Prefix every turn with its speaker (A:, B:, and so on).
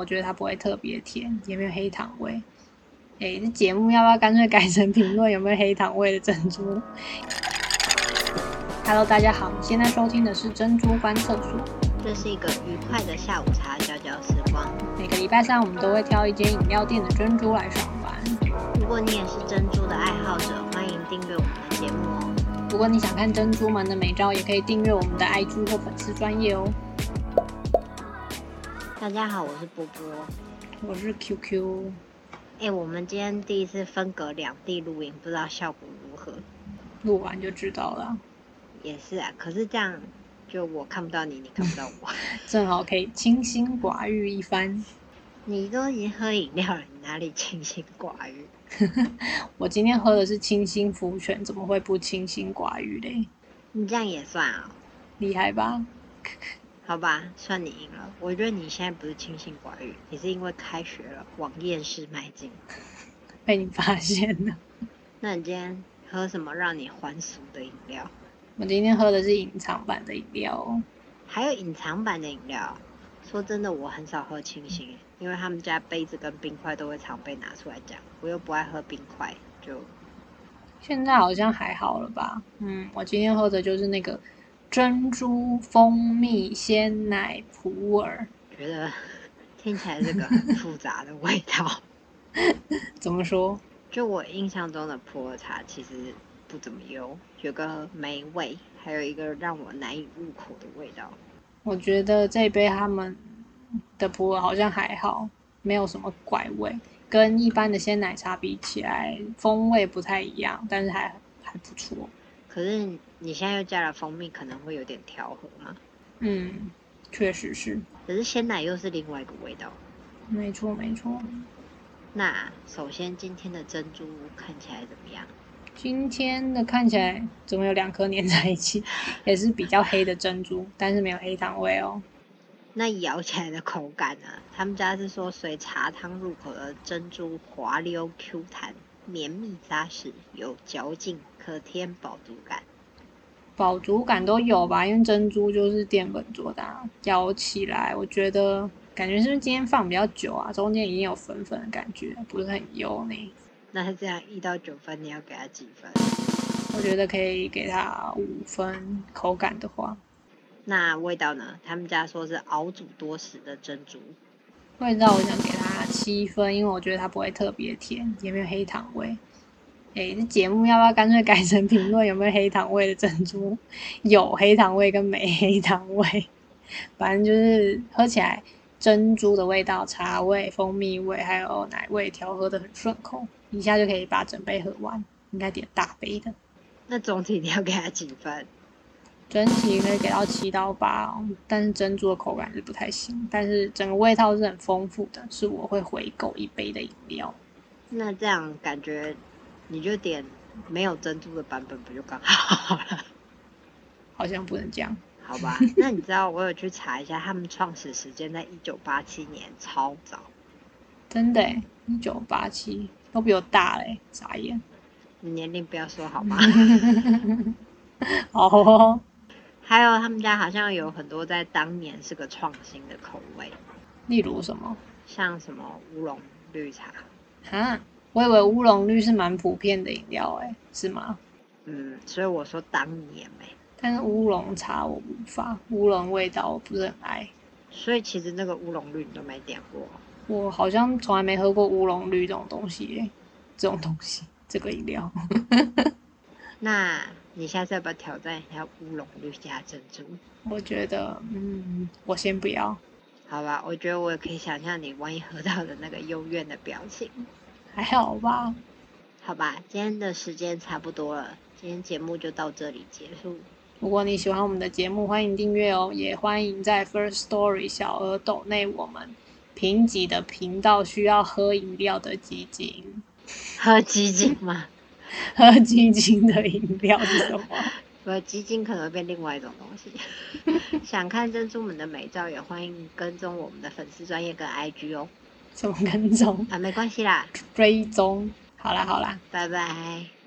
A: 我觉得它不会特别甜，也没有黑糖味。哎，这节目要不要干脆改成评论有没有黑糖味的珍珠？Hello，大家好，现在收听的是珍珠观测所。
B: 这是一个愉快的下午茶，交交时光。
A: 每个礼拜三我们都会挑一间饮料店的珍珠来赏玩。
B: 如果你也是珍珠的爱好者，欢迎订阅我们的节目哦。
A: 如果你想看珍珠们的美照，也可以订阅我们的 IG 或粉丝专业哦。
B: 大家好，我是波波。
A: 我是 QQ，
B: 哎，我们今天第一次分隔两地录音，不知道效果如何。
A: 录完就知道了，
B: 也是啊，可是这样就我看不到你，你看不到我。
A: 正好可以清心寡欲一番。
B: 你都已经喝饮料了，你哪里清心寡欲？
A: 我今天喝的是清心福泉，怎么会不清心寡欲嘞？
B: 你这样也算啊、
A: 厉害吧？
B: 好吧，算你赢了。我觉得你现在不是清心寡欲，你是因为开学了，往厌世迈进。
A: 被你发现了。
B: 那你今天喝什么让你还俗的饮料？
A: 我今天喝的是隐藏版的饮料哦，
B: 还有隐藏版的饮料啊。说真的，我很少喝清新欸，因为他们家杯子跟冰块都会常被拿出来讲，我又不爱喝冰块，就
A: 现在好像还好了吧？嗯，我今天喝的就是那个珍珠蜂蜜鲜奶普洱，
B: 觉得 听起来这个很复杂的味道。
A: 怎么说？
B: 就我印象中的普洱茶其实不怎么优，有个霉味，还有一个让我难以入口的味道。
A: 我觉得这一杯他们的普洱好像还好，没有什么怪味，跟一般的鲜奶茶比起来，风味不太一样，但是还还不错。
B: 可是你现在又加了蜂蜜，可能会有点调和嘛。
A: 嗯，确实是，
B: 可是鲜奶又是另外一个味道。
A: 没错没错。
B: 那首先今天的珍珠看起来怎么样？
A: 今天的看起来怎么有两颗粘在一起， 也是比较黑的珍珠，但是没有黑糖味哦。
B: 那咬起来的口感呢？他们家是说随茶汤入口的珍珠滑溜 Q 弹，绵密扎实，有嚼劲，可添饱足感。
A: 饱足感都有吧，因为珍珠就是淀粉做的、啊，咬起来我觉得感觉是不是今天放比较久啊，中间已经有粉粉的感觉，不是很油呢。
B: 那这样一到九分，你要给它几分？
A: 我觉得可以给它五分，口感的话，
B: 那味道呢？他们家说是熬煮多时的珍珠，
A: 味道我想给它七分，因为我觉得它不会特别甜，也没有黑糖味。哎，这节目要不要干脆改成评论有没有黑糖味的珍珠？ 有黑糖味跟没黑糖味， 反正就是喝起来珍珠的味道、茶味、蜂蜜味还有奶味调和的很顺口，一下就可以把整杯喝完。应该点大杯的，
B: 那总体你要给它几分？
A: 整体可以给到七到八哦，但是珍珠的口感是不太行，但是整个味道是很丰富的，是我会回购一杯的饮料。
B: 那这样感觉你就点没有珍珠的版本不就刚好了？
A: 好像不能这样，
B: 好吧，那你知道我有去查一下，他们创始时间在一九八七年，超早。
A: 真的诶，一九八七都比我大嘞，眨眼。
B: 你年龄不要说好吗？
A: 好哦，
B: 还有他们家好像有很多在当年是个创新的口味，
A: 例如什么？
B: 像什么乌龙绿茶，
A: 哈，我以为乌龙绿是蛮普遍的饮料诶，是吗？
B: 嗯，所以我说当年欸呗、
A: 但是乌龙茶我无法，乌龙味道我不是很爱。
B: 所以其实那个乌龙绿你都没点过，
A: 我好像从来没喝过乌龙绿这种东西耶，这种东西，这个饮料。
B: 那你下次要不要挑战一下乌龙绿加珍珠？
A: 我觉得，嗯，我先不要，
B: 好吧，我觉得我也可以想象你万一喝到的那个幽怨的表情。
A: 还好吧。
B: 好吧，今天的时间差不多了，今天节目就到这里结束。
A: 如果你喜欢我们的节目，欢迎订阅哦，也欢迎在 First Story 小额抖内我们评级的频道需要喝饮料的基金，
B: 喝鸡精吗？
A: 喝基金的饮料是什么？
B: 喝鸡精可能会变另外一种东西。 想看珍珠们的美照，也欢迎跟踪我们的粉丝专业跟 IG 哦。
A: 什么跟踪
B: 啊，没关系啦，
A: 追踪？好啦好啦，
B: 拜拜。